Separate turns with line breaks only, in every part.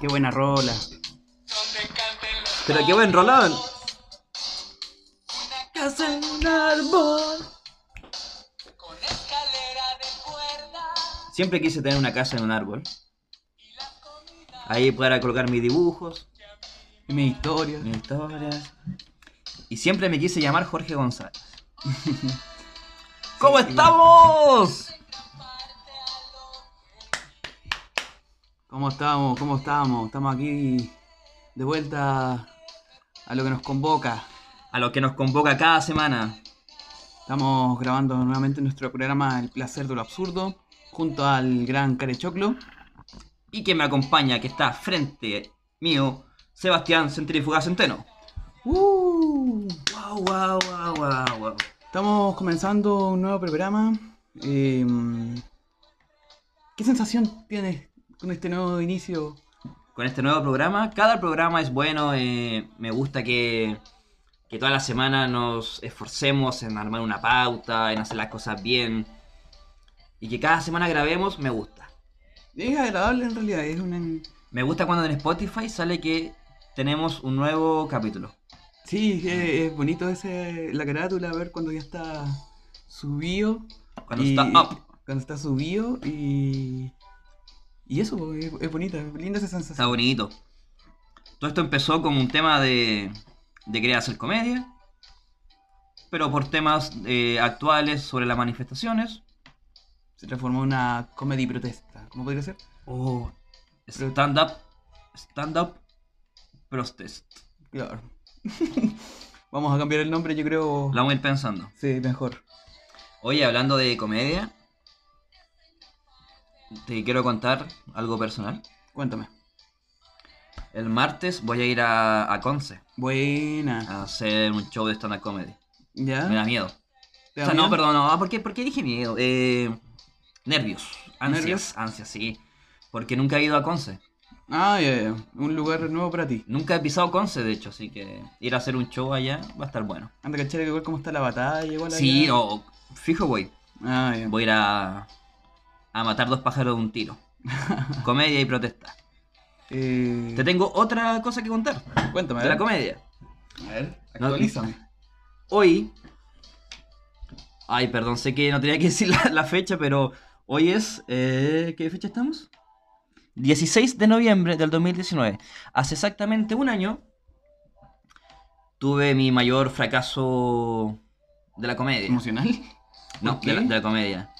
Qué buena rola.
Pero qué buen rolón.
Casa en un árbol.
Siempre quise tener una casa en un árbol. Ahí para colocar mis dibujos,
Y mi historia.
mis historias. Y siempre me quise llamar Jorge González. ¿Cómo estamos?
¿Cómo estamos? ¿Cómo estamos? Estamos aquí de vuelta a lo que nos convoca.
A lo que nos convoca cada semana.
Estamos grabando nuevamente nuestro programa El placer de lo absurdo junto al gran Carechoclo.
Y que me acompaña, que está frente mío, Sebastián Centrifugado Centeno.
¡Uh!
Wow, wow, wow, wow, wow.
Estamos comenzando un nuevo programa. Eh, ¿Qué sensación tienes con este nuevo inicio?
con este nuevo programa. Cada programa es bueno, eh, me gusta que, que toda la semana nos esforcemos en armar una pauta, en hacer las cosas bien. Y que cada semana grabemos, me gusta.
Es agradable en realidad, es un...
Me gusta cuando en Spotify sale que tenemos un nuevo capítulo.
Sí, es, es bonito ese, la carátula, ver cuando ya está subido.
Cuando
y-
está up.
Cuando está subido y... Y eso, es, es bonita, es linda esa
Está
sensación.
bonito. Todo esto empezó como un tema de, de querer hacer comedia, pero por temas eh, actuales sobre las manifestaciones.
Se transformó en una comedy protesta, ¿cómo podría ser?
Oh, stand up, stand up, protest.
Claro. Vamos a cambiar el nombre, yo creo...
La vamos a ir pensando.
Sí, mejor.
Oye, hablando de comedia, te quiero contar algo personal.
Cuéntame.
El martes voy a ir a, a Conce
Buena.
a hacer un show de stand up comedy.
¿Ya?
Me da miedo.
¿Te
O
da
sea, no,
miedo?
perdón, no. ah, ¿Por qué, por qué dije miedo? Eh, nervios, ansias,
¿Nervios?
ansias, sí. Porque nunca he ido a Conce.
Ah, ya, ya. Un lugar nuevo para ti.
Nunca he pisado Conce, de hecho, así que ir a hacer un show allá va a estar bueno.
Anda, cachar que ver cómo está la batalla, igual
Sí,
allá.
o fijo, güey.
Ah, ya.
Voy a ir a, a matar dos pájaros de un tiro. Comedia y protesta.
Eh,
Te tengo otra cosa que contar
Cuéntame, a
de la
ver.
comedia.
A ver,
No-
actualízame.
Hoy. Ay, perdón, sé que no tenía que decir la, la fecha, pero hoy es. eh, ¿Qué fecha estamos? 16 de noviembre del 2019. Hace exactamente un año. Tuve mi mayor fracaso de la comedia.
¿Emocional?
Eh, No,
¿Por
de la,
qué?
de la comedia.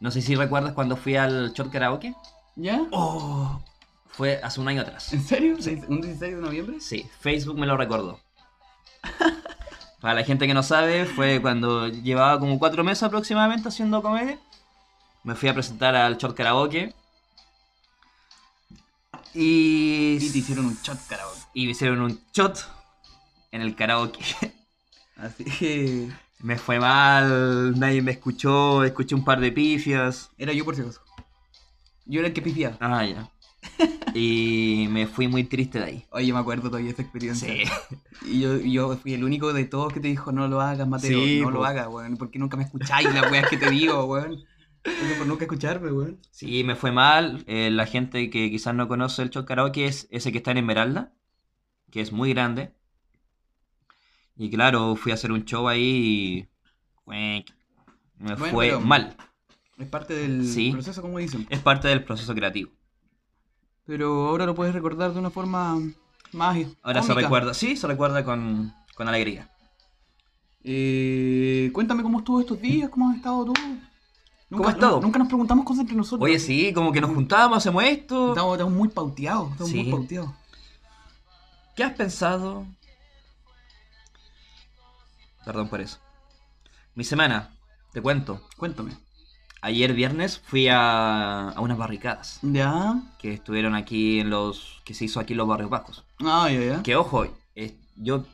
No sé si recuerdas cuando fui al short karaoke.
¿Ya?
Oh, fue hace un año atrás.
¿En serio? ¿Un 16 de noviembre?
Sí, Facebook me lo recordó. Para la gente que no sabe, fue cuando llevaba como cuatro meses aproximadamente haciendo comedia. Me fui a presentar al short karaoke. Y,
Y te hicieron un shot karaoke.
y me hicieron un shot en el karaoke.
Así que...
me fue mal, nadie me escuchó, escuché un par de pifias.
Era yo por si acaso. Yo era el que pifiaba.
Ah, ya. Y me fui muy triste de ahí.
Oye, me acuerdo todavía de esa experiencia.
Sí.
Y yo, y yo fui el único de todos que te dijo, no lo hagas, Mateo,
Sí,
no
po.
lo hagas, weón. Porque nunca me escucháis las weas que te digo, weón. Eso por nunca escucharme, weón.
Sí, me fue mal. Eh, la gente que quizás no conoce el show karaoke es ese que está en Esmeralda, que es muy grande. Y claro, fui a hacer un show ahí y cuec, me
Bueno,
fue
pero-
mal.
Es parte del
Sí.
proceso, como dicen.
Es parte del proceso creativo.
Pero ahora lo puedes recordar de una forma más.
Ahora se
cómica.
recuerda, sí, se recuerda con, con alegría.
Eh, cuéntame cómo estuvo estos días, cómo has estado tú. Nunca,
¿Cómo has estado?
nu- Nunca nos preguntamos cosas entre nosotros.
Oye, sí, como que nos juntamos, hacemos esto.
Estamos, estamos muy pauteados. Estamos
Sí.
muy pauteados.
¿Qué has pensado? Perdón por eso. Mi semana, te cuento.
Cuéntame.
Ayer viernes fui a, a unas barricadas
Ya.
que estuvieron aquí en los. que se hizo aquí en los barrios bajos.
Ah, ya, ya.
Que ojo, es- yo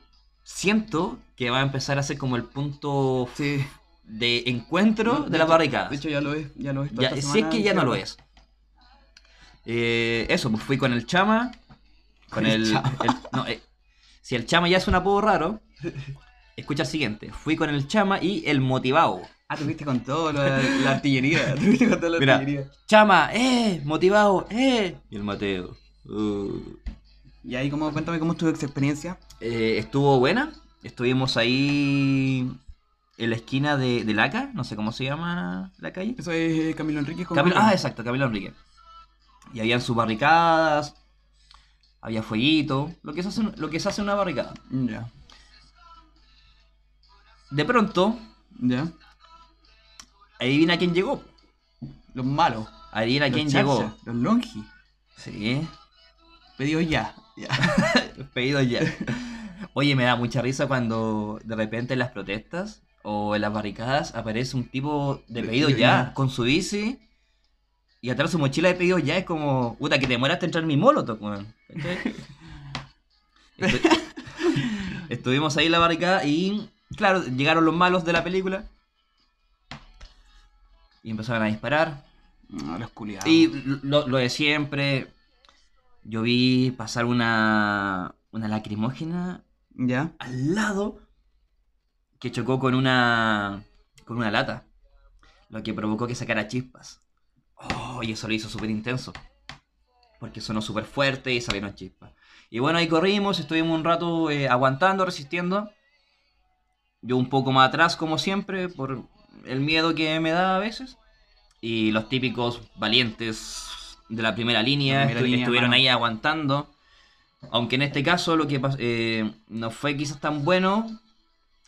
siento que va a empezar a ser como el punto
Sí.
de encuentro
No,
de,
de
las
hecho-
barricadas.
De hecho, ya lo es. Ya lo es. toda
Ya-
esta
si es
semana
que ya no lo
dijeron.
es. Eh, eso, pues fui con el chama. Con
Con el
el.
Chama.
el- no, eh, si el chama ya es un apodo raro, escucha el siguiente. Fui con el chama y el motivado.
Ah, tuviste con todo lo de la artillería. Tuviste con toda la
Mira.
artillería.
Chama, eh, motivado, eh. Y el Mateo. Uh,
Y ahí, como, cuéntame cómo estuvo tu experiencia.
eh, estuvo buena. Estuvimos ahí en la esquina de, de Laca, no sé cómo se llama la calle.
Eso es eh, Camilo Enríquez con
Camilo-
Julián.
ah, exacto, Camilo Enrique. Y habían sus barricadas, había fueguito, lo que se hace, lo que se hace en una barricada.
Ya,
De pronto,
ya.
adivina quién llegó.
Los malos.
Adivina
los
quién
chanchas,
llegó.
Los longi.
Sí,
Pedidos ya. ya.
pedido ya. Oye, me da mucha risa cuando de repente en las protestas o en las barricadas aparece un tipo de
De
pedido
pedido
ya,
ya.
con su bici y atrás su mochila de pedido ya. Es como, puta, que te mueras de entrar en mi molotov, weón. ¿Cachai? Estu- Estuvimos ahí en la barricada y, claro, llegaron los malos de la película y empezaron a disparar.
No, los culiados.
Y lo, lo de siempre, yo vi pasar una, una lacrimógena
Ya.
al lado que chocó con una, con una lata, lo que provocó que sacara chispas. Oh, y eso lo hizo súper intenso, porque sonó súper fuerte y salieron chispas. Y bueno, ahí corrimos, estuvimos un rato eh, aguantando, resistiendo. Yo un poco más atrás, como siempre, por el miedo que me da a veces. Y los típicos valientes de la primera línea,
La primera
estu-
línea,
estuvieron
hermano.
ahí aguantando. Aunque en este caso lo que pas- eh, no fue quizás tan bueno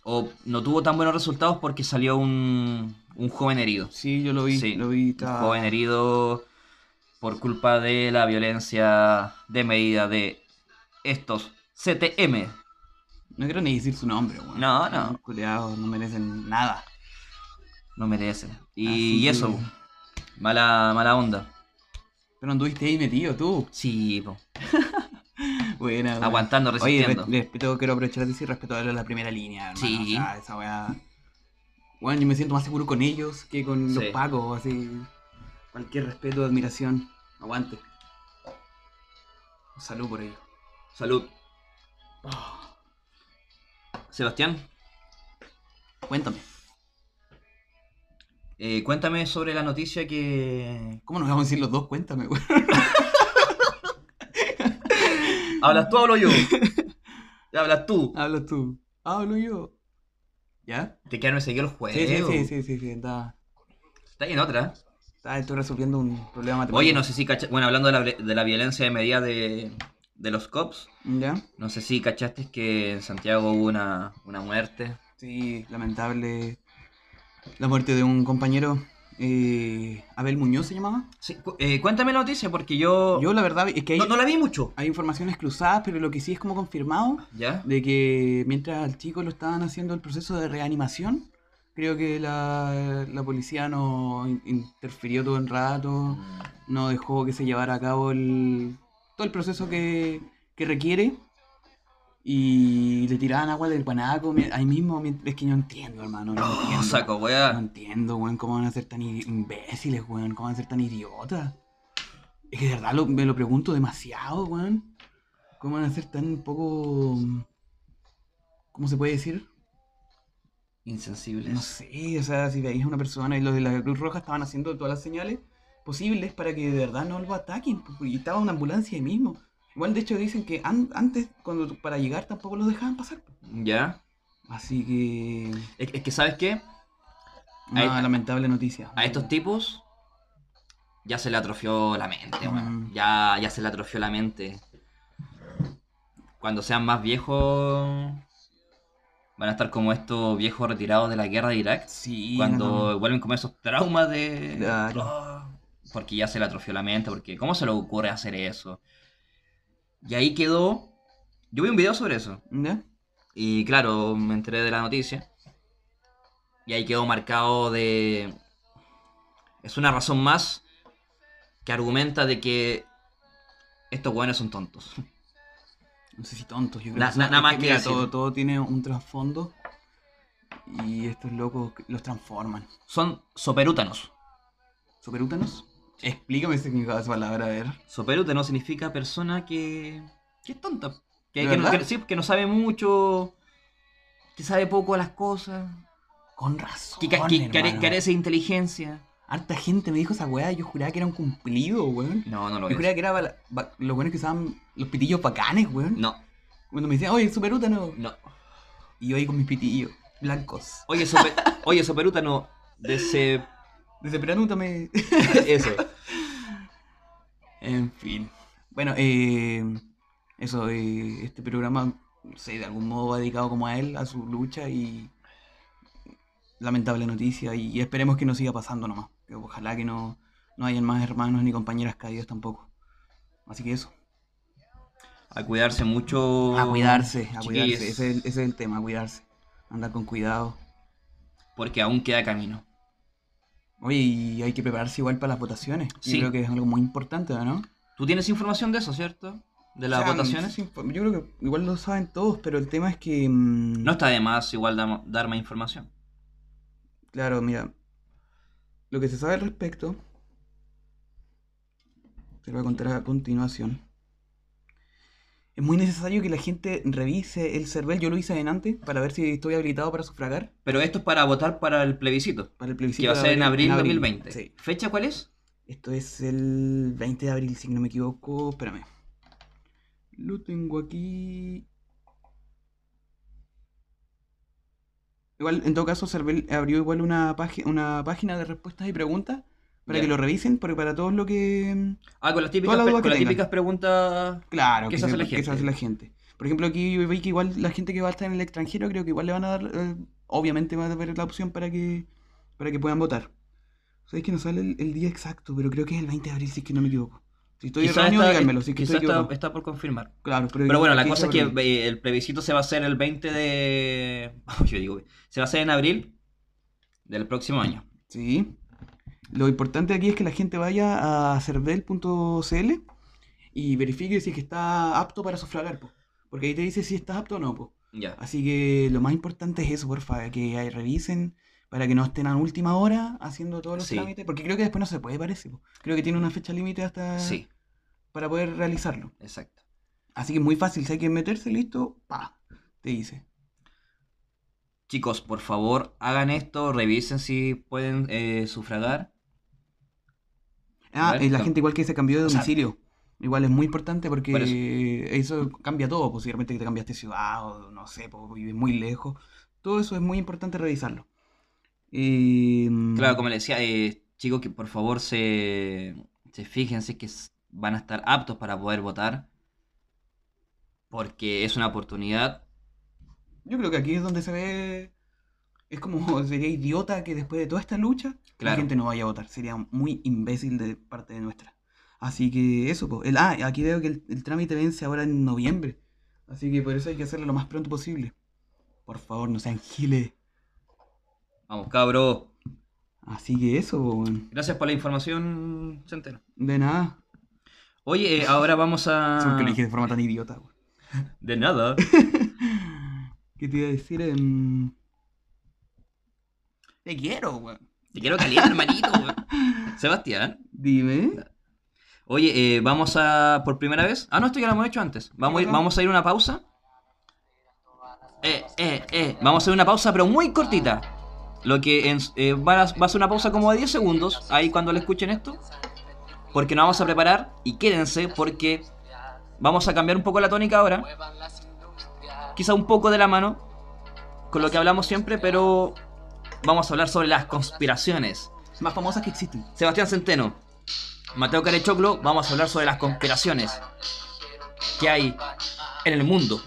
o no tuvo tan buenos resultados porque salió un, un joven herido.
Sí, yo lo vi.
Sí,
Lo vi.
Un
estaba-
joven herido por culpa de la violencia de medida de estos CTM.
No quiero ni decir su nombre, weón.
No, no.
Los culiados no merecen nada.
No merecen. Y,
Así
y eso,
que-
mala, mala onda.
Pero anduviste ahí metido tú.
Sí, po.
Buena, weón.
aguantando,
Oye,
resistiendo.
re- respeto, quiero aprovechar de decir respeto a la primera línea, hermano.
Sí.
O sea, esa weá. Bueno, yo me siento más seguro con ellos que con los
Sí.
pacos, así. Cualquier respeto, admiración. Aguante. Salud por ello.
Salud. Sebastián,
Cuéntame,
eh, cuéntame sobre la noticia que,
¿cómo nos vamos a decir los dos? Cuéntame, weón.
¿Hablas tú o hablo yo? Hablas tú.
Hablas tú. Hablo yo. ¿Ya?
Te quedaron seguido el juego.
Sí, sí, sí, sí, sí, sí. Está,
Está en otra. ¿eh?
está- estoy resolviendo un problema matemático.
Oye, no sé si cachaste. Bueno, hablando de la, de la violencia de medida de, de los cops,
¿Ya?
no sé si cachaste que en Santiago hubo una, una muerte.
Sí, lamentable la muerte de un compañero. eh, Abel Muñoz se llamaba.
Sí, cu- eh, cuéntame la noticia porque yo.
Yo la verdad es que hay,
no, no la vi mucho.
hay informaciones cruzadas, pero lo que sí es como confirmado
¿Ya?
de que mientras al chico lo estaban haciendo el proceso de reanimación, creo que la, la policía no in- interfirió todo el rato, no dejó que se llevara a cabo el, todo el proceso que, que requiere. Y le tiraban agua del guanaco mi- ahí mismo. mi- Es que yo entiendo, hermano. No
Oh,
entiendo.
saco,
No
weá.
entiendo, weón, cómo van a ser tan i- imbéciles, weón, cómo van a ser tan idiotas. Es que de verdad lo- me lo pregunto demasiado, weón. ¿Cómo van a ser tan poco... ¿Cómo se puede decir?
Insensibles.
No sé, o sea, si veis a una persona y los de la Cruz Roja estaban haciendo todas las señales posibles para que de verdad no lo ataquen. pues, Y estaba una ambulancia ahí mismo. Igual de hecho dicen que an- antes, cuando para llegar, tampoco los dejaban pasar. pues.
¿Ya?
Así que...
Es, es que, ¿sabes qué?
Una
A-
lamentable noticia.
A estos tipos ya se le atrofió la mente, weón.
Mm.
Ya, ya se le atrofió la mente. Cuando sean más viejos, van a estar como estos viejos retirados de la guerra de Irak.
Sí.
cuando
no, no.
vuelven con esos traumas de...
Claro.
Oh, porque ya se le atrofió la mente, porque ¿cómo se le ocurre hacer eso? Y ahí quedó... Yo vi un video sobre eso.
¿Ya?
Y claro, me enteré de la noticia. Y ahí quedó marcado de... Es una razón más que argumenta de que estos hueones son tontos.
No sé si tontos, yo creo
Na-
son-
na- nada
es
más que
mira,
decir.
todo, todo tiene un trasfondo y estos locos que- los transforman.
Son soperútanos.
¿Superútanos? Explícame ese significado de esa palabra, a ver.
Soperútano significa persona que... que es tonta. Que,
¿De
que no,
verdad?
que- sí, que no sabe mucho, que sabe poco a las cosas,
Con razón.
que, ca- que care-
hermano.
carece de inteligencia.
Harta gente me dijo esa weá, yo juraba que era un cumplido, weón.
No, no lo
Yo
es.
juraba que era bala- ba- los buenos que usaban los pitillos bacanes, weón.
No,
Cuando me decían, oye, superuta no.
no.
Y yo ahí con mis pitillos blancos.
Oye, sope... Oye soperutano, de ese...
Desde Peranuta me.
Eso.
en fin. Bueno, eh, eso, eh, este programa, no sé, de algún modo va dedicado como a él, a su lucha y. Lamentable noticia y, y esperemos que no siga pasando nomás. Que ojalá que no, no hayan más hermanos ni compañeras caídas tampoco. Así que eso.
A cuidarse mucho.
A cuidarse, a
chiquillos,
cuidarse. Ese es, el, ese es el tema, a cuidarse. Andar con cuidado.
Porque aún queda camino.
Oye, y hay que prepararse igual para las votaciones.
Sí.
Yo creo que es algo muy importante, ¿no?
Tú tienes información de eso, ¿cierto? De las
O sea,
votaciones.
sí, pues, Yo creo que igual lo saben todos, pero el tema es que. mm,
No está de más igual dam- dar más información.
Claro, mira. Lo que se sabe al respecto. Se lo voy a contar a continuación. Es muy necesario que la gente revise el CERVEL. Yo lo hice adelante para ver si estoy habilitado para sufragar.
Pero esto es para votar para el plebiscito.
Para el
que
plebiscito.
va a
de
ser en abril, 2020.
Sí.
¿Fecha cuál es?
Esto es el 20 de abril, si no me equivoco. Espérame. Lo tengo aquí. Igual, en todo caso, Cervel abrió igual una, pági- una página de respuestas y preguntas para
Ya.
que lo revisen, porque para todos lo que... mm,
Ah, con las típicas,
Todas las
pre- con
dudas que
las
tengan.
típicas preguntas.
Claro,
¿Qué
que
se hace la
que se hace
gente?
la gente. Por ejemplo, aquí yo vi que igual la gente que va a estar en el extranjero, creo que igual le van a dar, eh, obviamente va a haber la opción para que, para que puedan votar. Sabéis que no sale el, el día exacto, pero creo que es el 20 de abril, si es que no me equivoco. Si estoy
Quizá
erróneo,
está-
díganmelo, si es que
quizá
estoy
está-
equivocado.
está por confirmar.
Claro,
Pero bueno, la
¿qué
cosa es
dice
que
Gabriel?
eh, el plebiscito se va a hacer el 20 de... Yo digo, se va a hacer en abril del próximo año.
Sí. Lo importante aquí es que la gente vaya a cervel.cl y verifique si es que está apto para sufragar, po. Porque ahí te dice si estás apto o no, po.
Ya.
Así que lo más importante es eso, porfa, que ahí revisen para que no estén a última hora haciendo todos los
Sí.
trámites, porque creo que después no se puede, parece. po. Creo que tiene una fecha límite hasta
Sí,
para poder realizarlo.
exacto.
Así que es muy fácil, si hay que meterse, listo, pa, te dice.
Chicos, por favor, hagan esto, revisen si pueden eh, sufragar.
Ah,
Vale,
eh, la
no.
gente igual que se cambió de
O sea,
domicilio. Igual es muy importante porque
por eso.
eso cambia todo, posiblemente que te cambiaste de ciudad o no sé, po, vives muy lejos. Todo eso es muy importante revisarlo. Y, mm,
Claro, como les decía, eh, chicos, que por favor se, se fijen si es que s- van a estar aptos para poder votar. Porque es una oportunidad.
Yo creo que aquí es donde se ve. Es como sería idiota que después de toda esta lucha la
Claro.
gente no vaya a votar. Sería muy imbécil de parte de nuestra. Así que eso, po. El, ah, aquí veo que el, el trámite vence ahora en noviembre. Así que por eso hay que hacerlo lo más pronto posible. Por favor, no sean giles.
Vamos, cabro.
Así que eso, po, weón.
Gracias por la información, Centeno.
De nada.
Oye, eh, ahora vamos a...
Solo que lo dije de forma tan idiota, weón.
De nada.
¿Qué te iba a decir? Em, Te quiero, weón.
Te quiero caliente, hermanito. weón. Sebastián.
Dime.
Oye, eh, vamos a. Por primera vez. Ah, no, esto ya lo hemos hecho antes. Vamos a ir, vamos a ir a una pausa. Eh, eh, eh. Vamos a hacer una pausa, pero muy cortita. Lo que en- eh, va, a, va a ser una pausa como de 10 segundos. Ahí cuando le escuchen esto. Porque nos vamos a preparar. Y quédense, porque vamos a cambiar un poco la tónica ahora. Quizá un poco de la mano. Con lo que hablamos siempre, pero. Vamos a hablar sobre las conspiraciones.
Más famosas que existen.
Sebastián Centeno, Mateo Carechoclo, vamos a hablar sobre las conspiraciones que hay en el mundo.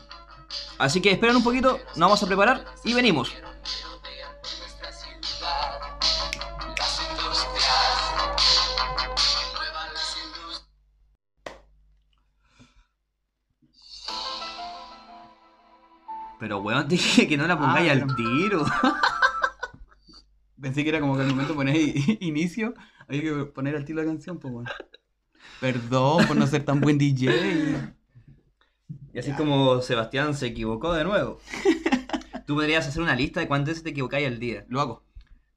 Así que esperen un poquito, nos vamos a preparar y venimos. Pero weón, te dije que no la pongáis
Ah,
al tiro.
Pensé que era como que al momento poner i- inicio, había que poner al tiro la canción, pues bueno. Perdón por no ser tan buen DJ.
Y así es como Sebastián se equivocó de nuevo. Tú podrías hacer una lista de cuántas veces te equivocáis al día.
Lo hago.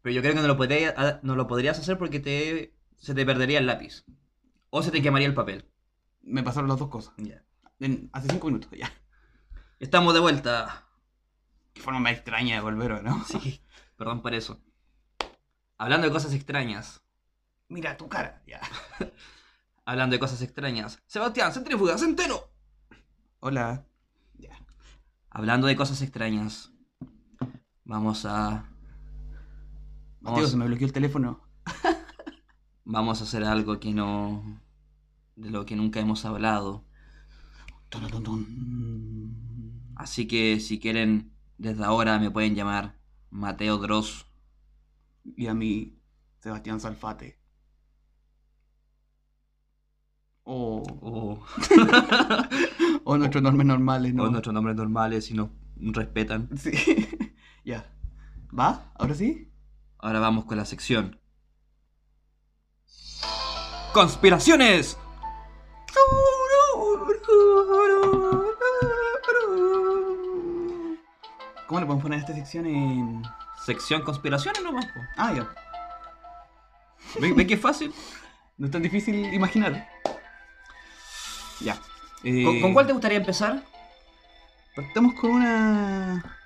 Pero yo creo que no lo, podría- ah, no lo podrías hacer porque te, se te perdería el lápiz. O se te quemaría el papel.
Me pasaron las dos cosas.
Ya.
En- hace cinco minutos, ya.
Estamos de vuelta.
Qué forma más extraña de volver, ¿o ¿no?
Sí, perdón por eso. Hablando de cosas extrañas.
Mira tu cara. Ya.
Hablando de cosas extrañas. Sebastián, centrífuga, centeno.
Hola.
Hablando de cosas extrañas. Vamos a.
Mateo,
Vamos,
se me bloqueó el teléfono.
vamos a hacer algo que no. de lo que nunca hemos hablado.
Tun, tun, tun.
Así que si quieren, desde ahora me pueden llamar Mateo Dross.
Y a mí, Sebastián Salfate. O,
O,
o nuestros nombres normales, ¿no?
o nuestros nombres normales si nos respetan.
Sí. ya. ¿Va? ¿Ahora sí?
Ahora vamos con la sección. ¡Conspiraciones!
¿Cómo le podemos poner a esta sección en...?
Sección conspiraciones nomás. po.
Ah, ya.
¿Ve, ve qué fácil?
No es tan difícil imaginar.
Ya.
Eh,
¿Con, con cuál te gustaría empezar?
Partamos con una...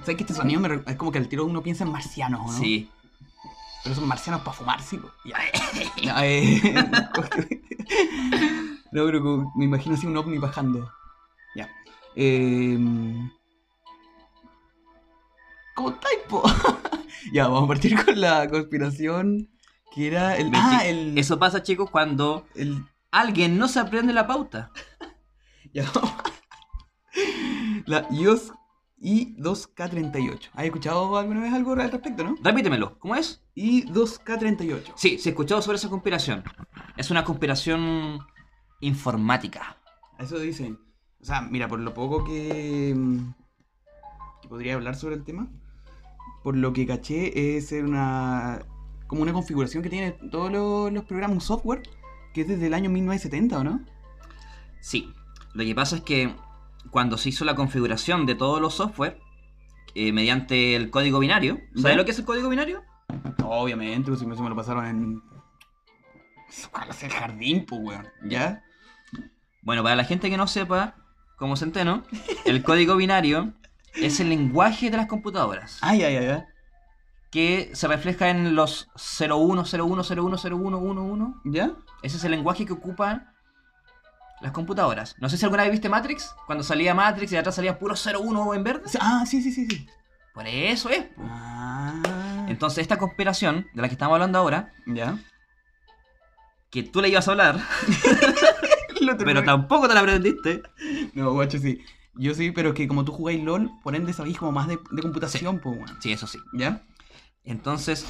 ¿Sabes que este sonido me re- es como que al tiro uno piensa en marcianos, ¿o ¿no?
Sí.
Pero son marcianos para fumar, sí. po.
Ya.
No, eh, no, pero como- me imagino así un ovni bajando. Ya. Em, como typo. ya, vamos a partir con la conspiración que era el... Ah, el...
Eso pasa, chicos, cuando
el-
alguien no se aprende la pauta.
ya. la IOS I2K38. ¿Has escuchado alguna vez algo al respecto, no?
Repítemelo, ¿cómo es?
I2K38.
Sí, se escuchado sobre esa conspiración. Es una conspiración informática.
Eso dicen. O sea, mira, por lo poco que, mm, que podría hablar sobre el tema, por lo que caché es ser una como una configuración que tiene todos los, los programas, un software que es desde el año 1970, ¿o no?
Sí, lo que pasa es que cuando se hizo la configuración de todos los software eh, mediante el código binario, ¿sabes
¿Ya?
lo que es el código binario?
Obviamente, pues, si me- se me lo pasaron en es el jardín, pues, weón. ¿Ya?
Bueno, para la gente que no sepa, como Centeno, el código binario es el lenguaje de las computadoras
Ay, ay, ay, ay.
que se refleja en los 01, 01, 01, 01, 11.
¿Ya?
Ese es el lenguaje que ocupan las computadoras. No sé si alguna vez viste Matrix, cuando salía Matrix y atrás salía puro 01 en verde.
Sí, Ah, sí, sí, sí, sí.
Por eso es. po.
Ah.
Entonces, esta conspiración de la que estamos hablando ahora
¿Ya?
que tú le ibas a hablar, pero
Lo terminé.
tampoco te la aprendiste.
No, guacho, sí. Yo sí, pero es que como tú jugáis LOL, por ende sabéis como más de, de computación, pues, weón.
Sí, eso sí.
¿Ya?
Entonces,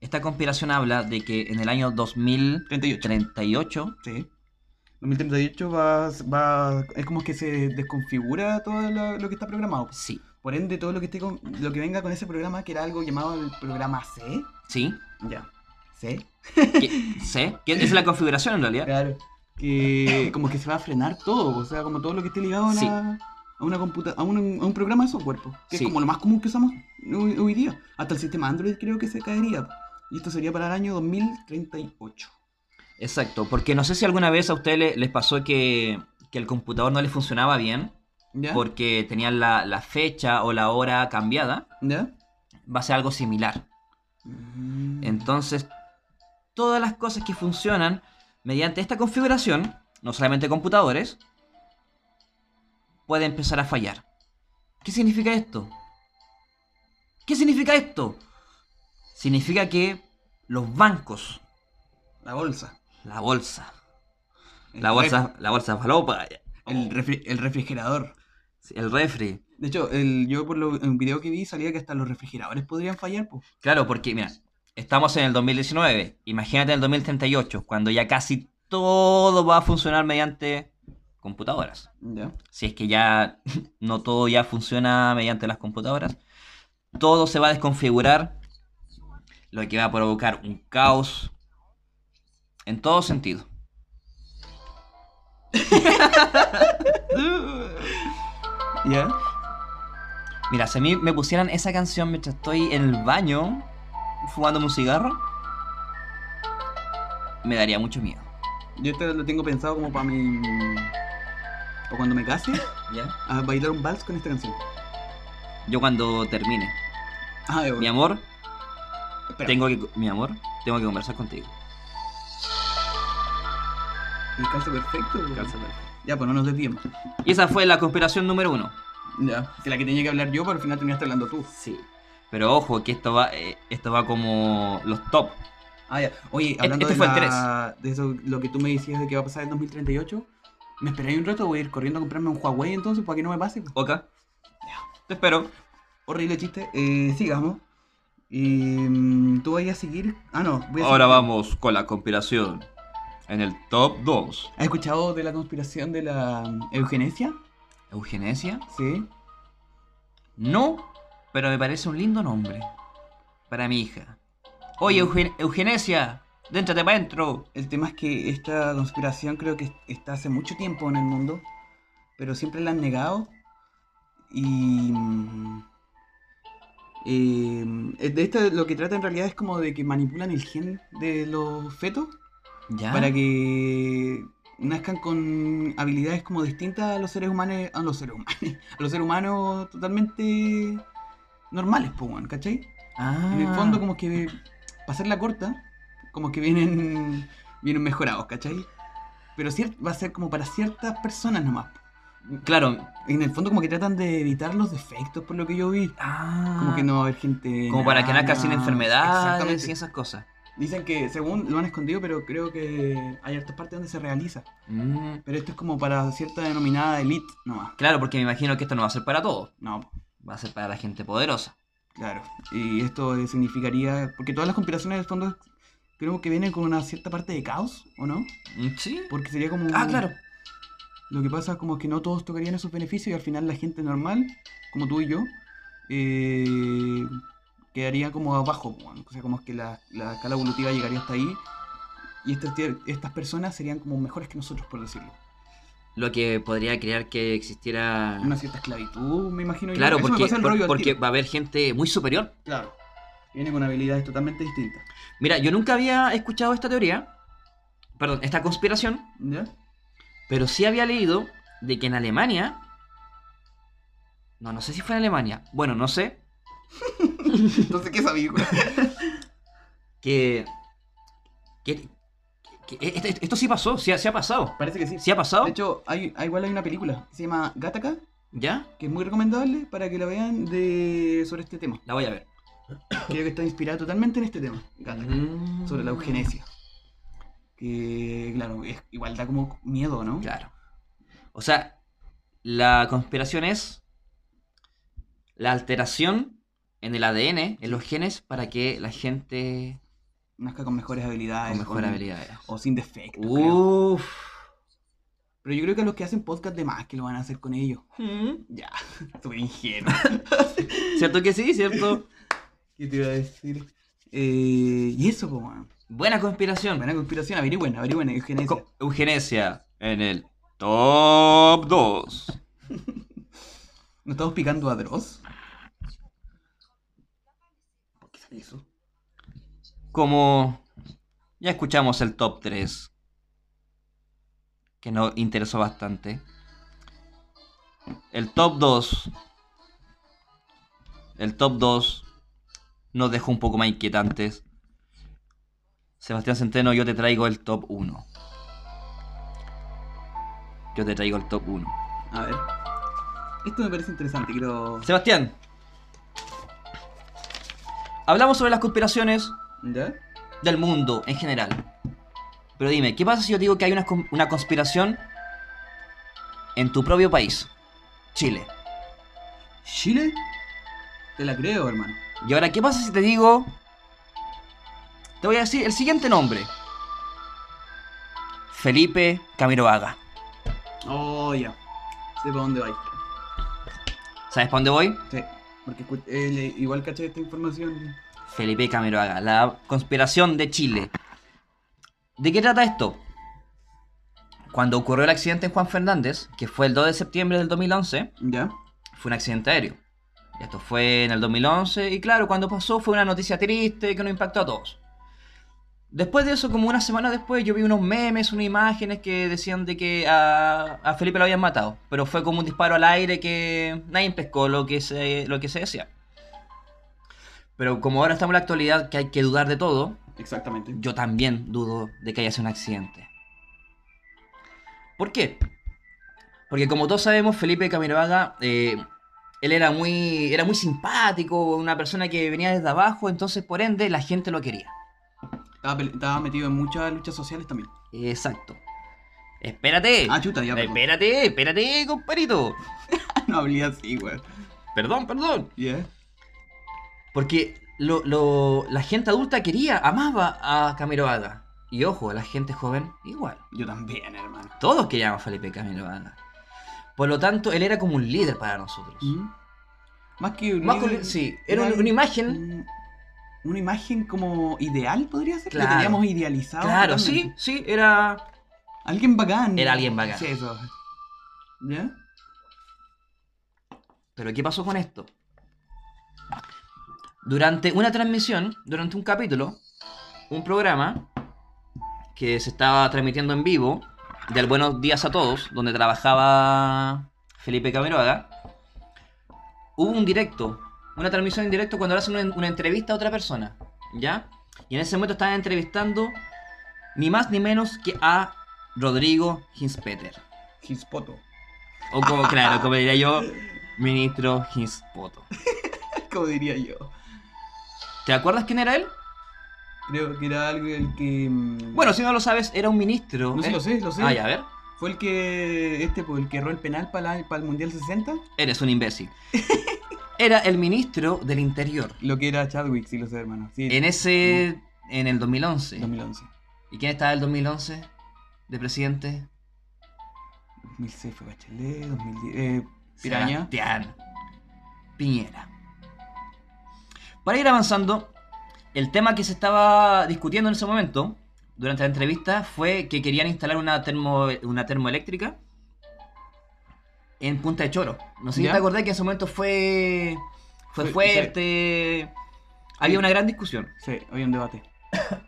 esta conspiración habla de que en el año
38.
2038,
Sí. 2038 va, va. Es como que se desconfigura todo lo, lo que está programado.
sí,
Por ende, todo lo que esté con- lo que venga con ese programa, que era algo llamado el programa C.
sí,
Ya. C.
que, sé, que es la configuración en realidad.
Claro. Que como que se va a frenar todo. O sea, como todo lo que esté ligado a, la-
Sí.
a una computa a un, a un programa de software. po, Que
Sí.
es como lo más común que usamos hoy, hoy día. Hasta el sistema Android creo que se caería. Y esto sería para el año 2038.
Exacto, porque no sé si alguna vez a ustedes le- les pasó que, que el computador no les funcionaba bien
¿Ya?
porque tenían la, la fecha o la hora cambiada.
¿Ya?
Va a ser algo similar.
Mm.
Entonces, todas las cosas que funcionan mediante esta configuración, no solamente computadores, puede empezar a fallar. ¿Qué significa esto? ¿Qué significa esto? Significa que los bancos,
La bolsa.
la bolsa,
El Oh.
la bolsa, la bolsa falopa,
El, refri- el refrigerador.
el refri.
De hecho, el, yo por lo, un video que vi salía que hasta los refrigeradores podrían fallar, pues.
Claro, porque mira, estamos en el 2019, imagínate en el 2038, cuando ya casi todo va a funcionar mediante computadoras.
Ya.
si es que ya no todo ya funciona mediante las computadoras, todo se va a desconfigurar, lo que va a provocar un caos en todo sentido.
¿Ya?
Mira, si a mí me pusieran esa canción mientras estoy en el baño fumándome un cigarro, me daría mucho miedo.
Yo esto lo tengo pensado como para mi. para cuando me case,
¿Ya?
a bailar un vals con esta canción.
Yo cuando termine,
Ah, de
mi
bueno.
amor,
Espera.
tengo que... Mi amor, Tengo que conversar contigo.
Y calza perfecto. po.
Calza perfecto.
Ya, pues no nos desviemos.
Y esa fue la conspiración número uno.
Ya. Que la que tenía que hablar yo, pero al final terminaste hablando tú.
Sí. Pero ojo, que esto va, eh, esto va como los top.
Ah, ya. Oye, hablando
este
de,
fue el
la- de eso, lo que tú me decías de que va a pasar en 2038, me esperé un rato, voy a ir corriendo a comprarme un Huawei entonces para que no me pase. po.
Ok. Te espero.
Horrible chiste. Eh, sigamos. Y, mm, ¿Tú vas a seguir? Ah, no. voy a
Ahora
seguir.
vamos con la conspiración. En el top 2.
¿Has escuchado de la conspiración de la mm, eugenesia?
¿Eugenesia?
Sí.
No, pero me parece un lindo nombre. Para mi hija. Oye,
Mm.
Eugen- Eugenesia, déntrate para adentro.
El tema es que esta conspiración creo que está hace mucho tiempo en el mundo, pero siempre la han negado. Y. mm, eh, de esto lo que trata en realidad es como de que manipulan el gen de los fetos
¿Ya?
para que nazcan con habilidades como distintas a los seres humanos, a los seres humanos, a los seres humanos totalmente normales, pues, weón, ¿cachai?
Ah.
En el fondo, como que, para hacerla corta, como que vienen, vienen mejorados, ¿cachai? Pero cier- va a ser como para ciertas personas nomás.
Claro.
En el fondo, como que tratan de evitar los defectos, por lo que yo vi.
Ah.
Como que no va a haber gente.
Como para que nazca sin
enana,
enfermedades
exactamente.
y esas cosas.
Dicen que, según lo han escondido, pero creo que hay hartas partes donde se realiza.
Mm,
Pero esto es como para cierta denominada elite nomás.
Claro, porque me imagino que esto no va a ser para todos.
No,
Va a ser para la gente poderosa.
Claro, y esto eh, significaría, porque todas las conspiraciones del fondo creo que vienen con una cierta parte de caos, ¿o no?
Mm, Sí.
Porque sería como...
Ah, claro.
Lo que pasa es como que no todos tocarían esos beneficios y al final la gente normal, como tú y yo, eh, quedaría como abajo, po, o sea, como que la, la escala evolutiva llegaría hasta ahí y estas, tie- estas personas serían como mejores que nosotros, por decirlo.
Lo que podría crear que existiera.
Una cierta esclavitud, me imagino. yo.
Claro,
Eso me
porque,
pasa el
por-
rollo al
porque
tiro.
va a haber gente muy superior.
Claro, viene con habilidades totalmente distintas.
Mira, yo nunca había escuchado esta teoría. Perdón, esta conspiración.
¿Ya?
Pero sí había leído de que en Alemania. No, no sé si fue en Alemania. Bueno, no sé.
Entonces, ¿qué sabía? güey?
Que. que- que- que- esto, esto sí pasó, sí, ha- sí ha pasado.
Parece que sí.
Sí ha pasado.
De hecho, hay, hay- igual hay una película que se llama Gattaca,
¿Ya?
que es muy recomendable para que la vean de, sobre este tema.
La voy a ver.
Creo que está inspirada totalmente en este tema, Gattaca, sobre la eugenesia. Que, claro, es, igual da como miedo, ¿no?
Claro. O sea, la conspiración es la alteración en el ADN, en los genes, para que la gente
Nazca con mejores habilidades. Uh.
con mejor habilidades.
O sin defectos. creo.
Uff.
Pero yo creo que a los que hacen podcast de más que lo van a hacer con ellos. Ya, súper ingenuo.
¿Cierto que sí? ¿Cierto?
¿Qué te iba a decir? Eh, y eso, pues, bueno.
Buena conspiración.
Buena conspiración, averigüen, averigüen, eugenesia.
Co- eugenesia en el top 2.
¿No estamos picando a Dross? ¿Por qué sale eso?
Como ya escuchamos el top 3, que nos interesó bastante. El top 2. El top 2 nos dejó un poco más inquietantes. Sebastián Centeno, yo te traigo el top 1. Yo te traigo el top 1.
A ver. Esto me parece interesante, quiero.
Sebastián. Hablamos sobre las conspiraciones
¿Ya?
del mundo en general. Pero dime, ¿qué pasa si yo digo que hay una, con- una conspiración en tu propio país, Chile?
¿Chile? Te la creo, hermano.
Y ahora, ¿qué pasa si te digo... Te voy a decir el siguiente nombre. Felipe Camiroaga.
Oh, ya. Sé para dónde vais.
¿Sabes para dónde voy?
Sí. Porque escu- eh, le- igual caché esta información.
Felipe Camiroaga, la conspiración de Chile. ¿De qué trata esto? Cuando ocurrió el accidente en Juan Fernández, que fue el 2 de septiembre del 2011,
¿Ya?
fue un accidente aéreo. Y Esto fue en el 2011 y claro, cuando pasó fue una noticia triste que nos impactó a todos. Después de eso, como una semana después, yo vi unos memes, unas imágenes que decían de que a, a Felipe lo habían matado. Pero fue como un disparo al aire que nadie pescó lo que se, lo que se decía. Pero como ahora estamos en la actualidad que hay que dudar de todo,
Exactamente.
yo también dudo de que haya sido un accidente. ¿Por qué? Porque como todos sabemos, Felipe Camiroaga, eh, él era muy, era muy simpático, una persona que venía desde abajo, entonces por ende la gente lo quería.
Estaba, pele- estaba metido en muchas luchas sociales también.
Exacto. Espérate.
Ah, chuta, ya. perdón.
espérate, espérate, comparito.
no hablé así, güey.
Perdón, perdón.
Yeah.
Porque lo, lo- la gente adulta quería, amaba a Camiroaga. Y ojo, la gente joven igual.
Yo también, hermano.
Todos queríamos a Felipe Camilo Banda. Por lo tanto, él era como un líder para nosotros.
¿Mm? Más que un
Más que un-
líder,
sí, era un-
algo-
una imagen.
un- Una imagen como ideal, podría ser. Lo
Claro.
teníamos idealizado.
Claro,
totalmente.
sí, sí, era.
Alguien bacán.
Era alguien bacán.
Sí, eso. ¿Ya?
Pero ¿qué pasó con esto? Durante una transmisión, durante un capítulo, un programa que se estaba transmitiendo en vivo, del Buenos Días a Todos, donde trabajaba Felipe Cameroaga, hubo un directo, una transmisión en directo cuando le hacen una, una entrevista a otra persona, ¿ya? Y en ese momento estaban entrevistando ni más ni menos que a Rodrigo Hinspeter.
Gispoto.
O como, claro, como diría yo, ministro Hinspoto.
Como diría yo.
¿Te acuerdas quién era él?
Creo que era algo el que. mm,
Bueno, si no lo sabes, era un ministro.
no sé,
¿eh?
lo sé, lo sé.
Ay, a ver,
Fue el que. Este, pues, el que erró el penal para la- para el Mundial 60.
eres un imbécil. Era el ministro del interior.
Lo que era Chadwick, sí lo sé, hermano. Sí,
En ese. En el 2011.
2011.
¿Y quién estaba en el 2011? De presidente.
2006 fue Bachelet, 2010. Eh, Piraña.
Sebastián Piñera. Para ir avanzando, el tema que se estaba discutiendo en ese momento, durante la entrevista, fue que querían instalar una, termo, una termoeléctrica en Punta de Choro. No sé si
¿Ya?
te acordás que en ese momento fue, fue
Fue-
fuerte. Había una gran discusión
Sí, había un debate.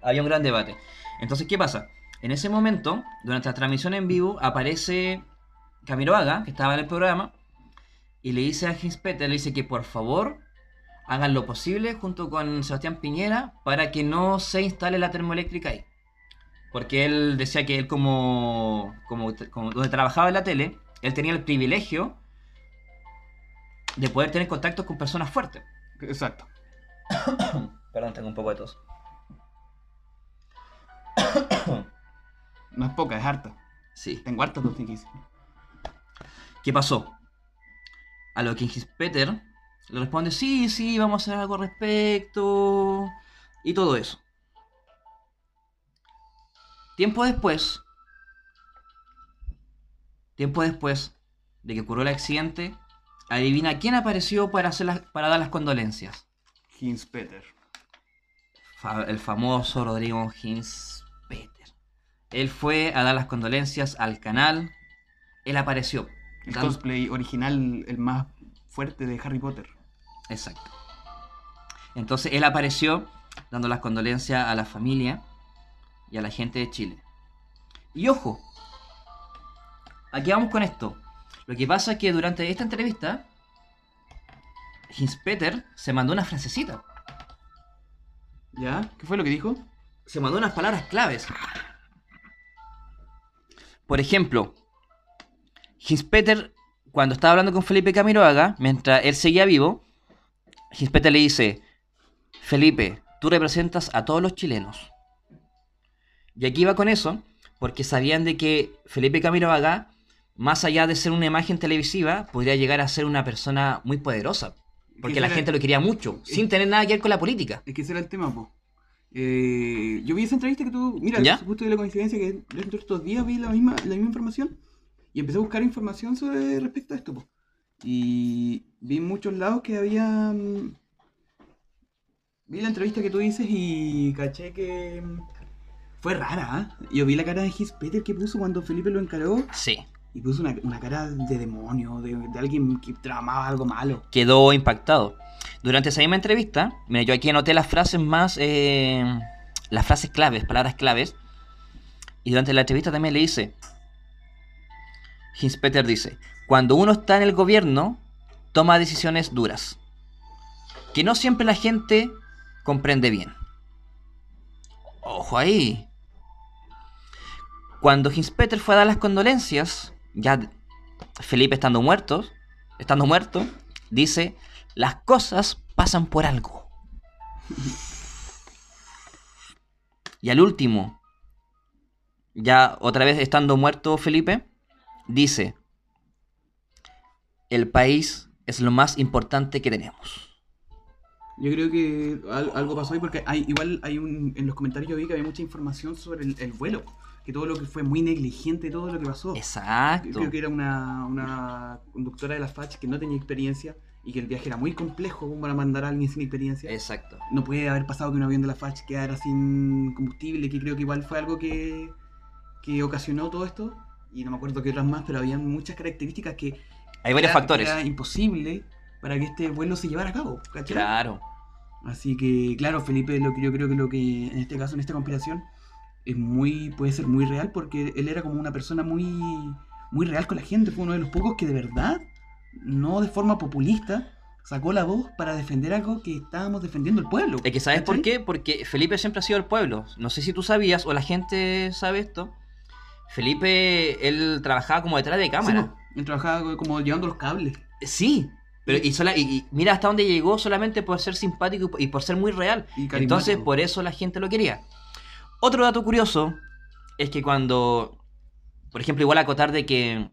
había un gran debate. Entonces, ¿qué pasa? En ese momento, durante la transmisión en vivo, aparece Camiroaga, que estaba en el programa, y le dice a Ginspeter, le dice que por favor hagan lo posible junto con Sebastián Piñera para que no se instale la termoeléctrica ahí. Porque él decía que él como, como, como donde trabajaba en la tele, él tenía el privilegio de poder tener contactos con personas fuertes.
Exacto.
Perdón, tengo un poco de tos.
No es poca, es harta.
Sí.
Tengo harta 2015.
¿Qué pasó? A lo que Peter le responde, sí, sí, vamos a hacer algo al respecto. Y todo eso. Tiempo después, tiempo después de que ocurrió el accidente, adivina quién apareció para, hacer las- para dar las condolencias.
Hinspeter.
Fa- el famoso Rodrigo Hinspeter. Él fue a dar las condolencias al canal. Él apareció.
El
Dan-
cosplay original, el más fuerte de Harry Potter.
Exacto. Entonces él apareció dando las condolencias a la familia y a la gente de Chile. Y ojo, aquí vamos con esto. Lo que pasa es que durante esta entrevista, Hinspeter se mandó una frasecita,
¿Ya? ¿Qué fue lo que dijo?
se mandó unas palabras claves. Por ejemplo, Hinspeter, cuando estaba hablando con Felipe Camiroaga, mientras él seguía vivo, Hinspeter le dice, Felipe, tú representas a todos los chilenos. Y aquí va con eso, porque sabían de que Felipe Camiroaga, más allá de ser una imagen televisiva, podría llegar a ser una persona muy poderosa. Porque
Ese
la
era-
gente lo quería mucho, sin tener nada que ver con la política.
Es que ese era el tema, po. Eh, yo vi esa entrevista que tú. Mira,
¿Ya?
justo de la coincidencia que dentro de estos días vi la misma, la misma información y empecé a buscar información sobre respecto a esto, po. Y vi en muchos lados que había. mm, Vi la entrevista que tú dices y caché que. mm, Fue rara, ¿ah? Yo vi la cara de Hispeter que puso cuando Felipe lo encargó
Sí.
y puso una, una cara de demonio, de, de alguien que tramaba algo malo.
quedó impactado. Durante esa misma entrevista, mira, yo aquí anoté las frases más, eh, las frases claves, palabras claves, y durante la entrevista también le dice, Hinspeter dice, cuando uno está en el gobierno, toma decisiones duras, que no siempre la gente comprende bien. Ojo ahí. Cuando Hinspeter fue a dar las condolencias, ya Felipe estando muerto, estando muerto, dice, las cosas pasan por algo. y al último, ya otra vez estando muerto Felipe, dice, el país es lo más importante que tenemos.
Yo creo que al- algo pasó ahí porque hay, igual hay un, en los comentarios yo vi que había mucha información sobre el, el vuelo, que todo lo que fue muy negligente, todo lo que pasó. Yo
Exacto.
Creo que era una, una conductora de la FACH que no tenía experiencia y que el viaje era muy complejo como para mandar a alguien sin experiencia.
Exacto.
No puede haber pasado que un avión de la FACH quedara sin combustible, que creo que igual fue algo que, que ocasionó todo esto. Y no me acuerdo qué otras más, pero habían muchas características que
Hay varios
era-
factores.
era imposible para que este vuelo se llevara a cabo. ¿cachai?
Claro.
Así que, claro, Felipe, lo que yo creo que lo que en este caso, en esta conspiración, es muy, puede ser muy real porque él era como una persona muy, muy real con la gente. Fue uno de los pocos que de verdad, no de forma populista, sacó la voz para defender algo que estábamos defendiendo el pueblo.
Es que ¿sabes por
¿cachai?
qué? Porque Felipe siempre ha sido el pueblo. No sé si tú sabías o la gente sabe esto. Felipe, él trabajaba como detrás de
Sí,
cámara.
po, pues, él trabajaba como llevando los cables.
Sí. pero y, sola- y- y mira hasta dónde llegó solamente por ser simpático y por- y por ser muy real.
Y carismático.
Entonces, por eso la gente lo quería. Otro dato curioso es que cuando, por ejemplo, igual acotar de que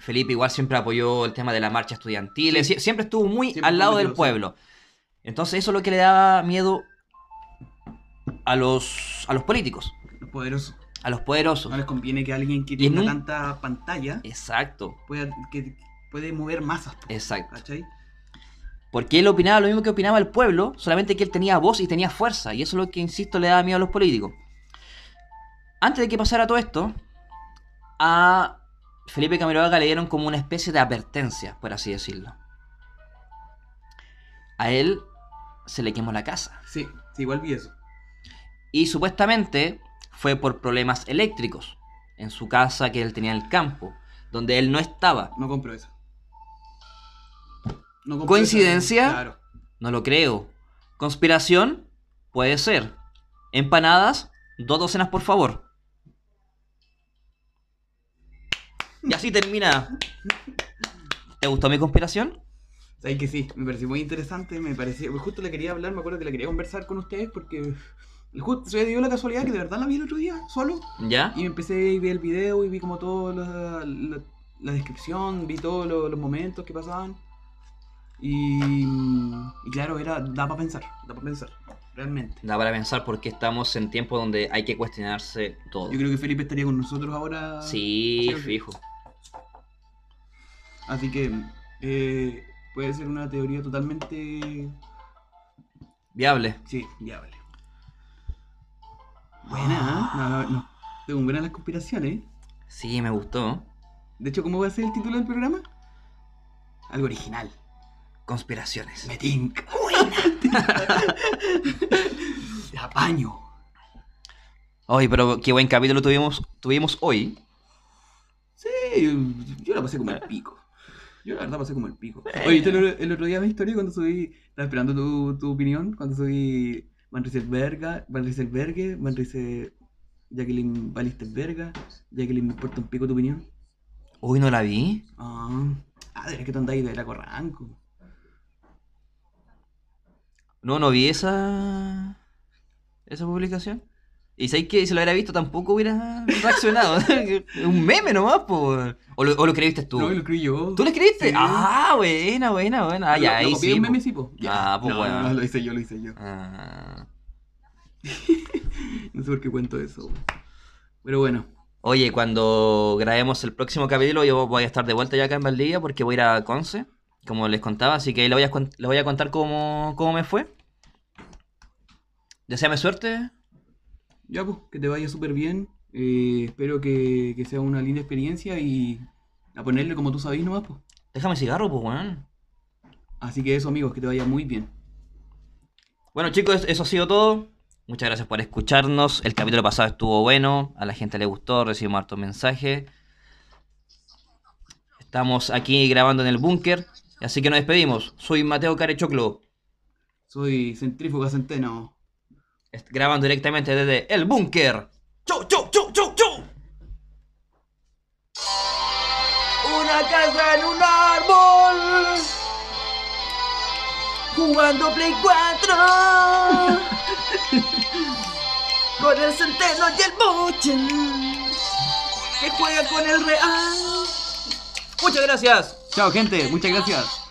Felipe igual siempre apoyó el tema de la marcha estudiantil,
Sí.
sie- siempre estuvo muy
Siempre
al lado
estuvo
del
metido, sí.
pueblo. Entonces, eso es lo que le daba miedo a los, a los políticos,
Los poderosos.
a los poderosos.
No les conviene que alguien que
Y en
tiene
un- Eh.
tanta pantalla
Exacto,
pueda, que, puede mover masas, po,
exacto.
¿cachai?
Porque él opinaba lo mismo que opinaba el pueblo, solamente que él tenía voz y tenía fuerza, y eso es lo que, insisto, le daba miedo a los políticos. Antes de que pasara todo esto, a Felipe Camiroaga le dieron como una especie de advertencia, por así decirlo. A él se le quemó la casa,
Sí, sí, igual vi eso.
y supuestamente fue por problemas eléctricos en su casa que él tenía en el campo, donde él no estaba.
No compro eso. No compro
¿Coincidencia?
eso. Claro.
No lo creo. ¿Conspiración? Puede ser. Empanadas, dos docenas por favor. Y así termina. ¿Te gustó mi conspiración?
Sabéis que sí, me pareció muy interesante, me pareció, justo le quería hablar, me acuerdo que la quería conversar con ustedes porque justo se dio la casualidad que de verdad la vi el otro día, solo,
¿Ya?
y me empecé y vi el video y vi como toda la, la- la descripción, vi todos lo- los momentos que pasaban, y, y claro, era, da para pensar, da para pensar, realmente.
Da para pensar porque estamos en tiempos donde hay que cuestionarse todo.
Yo creo que Felipe estaría con nosotros ahora.
Sí, fijo.
Así que eh, puede ser una teoría totalmente
Viable.
Sí, viable. Buena, ¿eh? No, no, no. Según buenas las conspiraciones. ¿eh?
Sí, me gustó.
De hecho, ¿cómo va a ser el título del programa? Algo original.
Conspiraciones.
Me tinca. Te apaño.
Ay, pero qué buen capítulo tuvimos, tuvimos hoy.
Sí, yo- yo la pasé como el pico. Yo la verdad pasé como el pico. Oye, ¿viste el, otro- el otro día mi historia cuando subí, estaba esperando tu, tu opinión, cuando subí Van Rieselberga, Van Rieselbergue, Van Riesel... Jacqueline Balisterberga, Jacqueline me importa un pico tu opinión.
Hoy no la vi.
Ah, ah, de verdad que tú andáis de la corranco.
No, no vi esa. esa publicación. Y sabéis que si lo hubiera visto tampoco hubiera reaccionado. Es un meme nomás, por. O lo, o lo escribiste tú.
No, lo escribí yo.
¿Tú lo escribiste?
Sí.
Ah, buena, buena, buena. Ah,
Lo-
ya,
lo
ahí
copié
sí.
un
po.
meme, sí, po.
Ah, pues,
no,
bueno.
no, lo hice yo, lo hice yo.
Ah.
No sé por qué cuento eso. Pero bueno,
Oye, cuando grabemos el próximo capítulo, yo voy a estar de vuelta ya acá en Valdivia porque voy a ir a Conce, como les contaba, así que ahí les voy a, cuen- les voy a contar cómo, cómo me fue. Deseame suerte.
ya pues, que te vaya súper bien. Eh, espero que, que sea una linda experiencia y a ponerle como tú sabís nomás, pues.
Déjame cigarro, pues, weón.
Así que eso, amigos, que te vaya muy bien.
Bueno chicos, eso ha sido todo. Muchas gracias por escucharnos. El capítulo pasado estuvo bueno. A la gente le gustó. Recibimos hartos mensajes. Estamos aquí grabando en el búnker. Así que nos despedimos. Soy Mateo Carechoclo.
Soy Centrífuga Centeno.
Est- Graban directamente desde el búnker. ¡Chau, chau, chau, chau, chau! Una casa en un árbol. Jugando Play 4. con el centeno y el boche. Que juega con el real. Muchas gracias.
Chao, gente. Muchas gracias.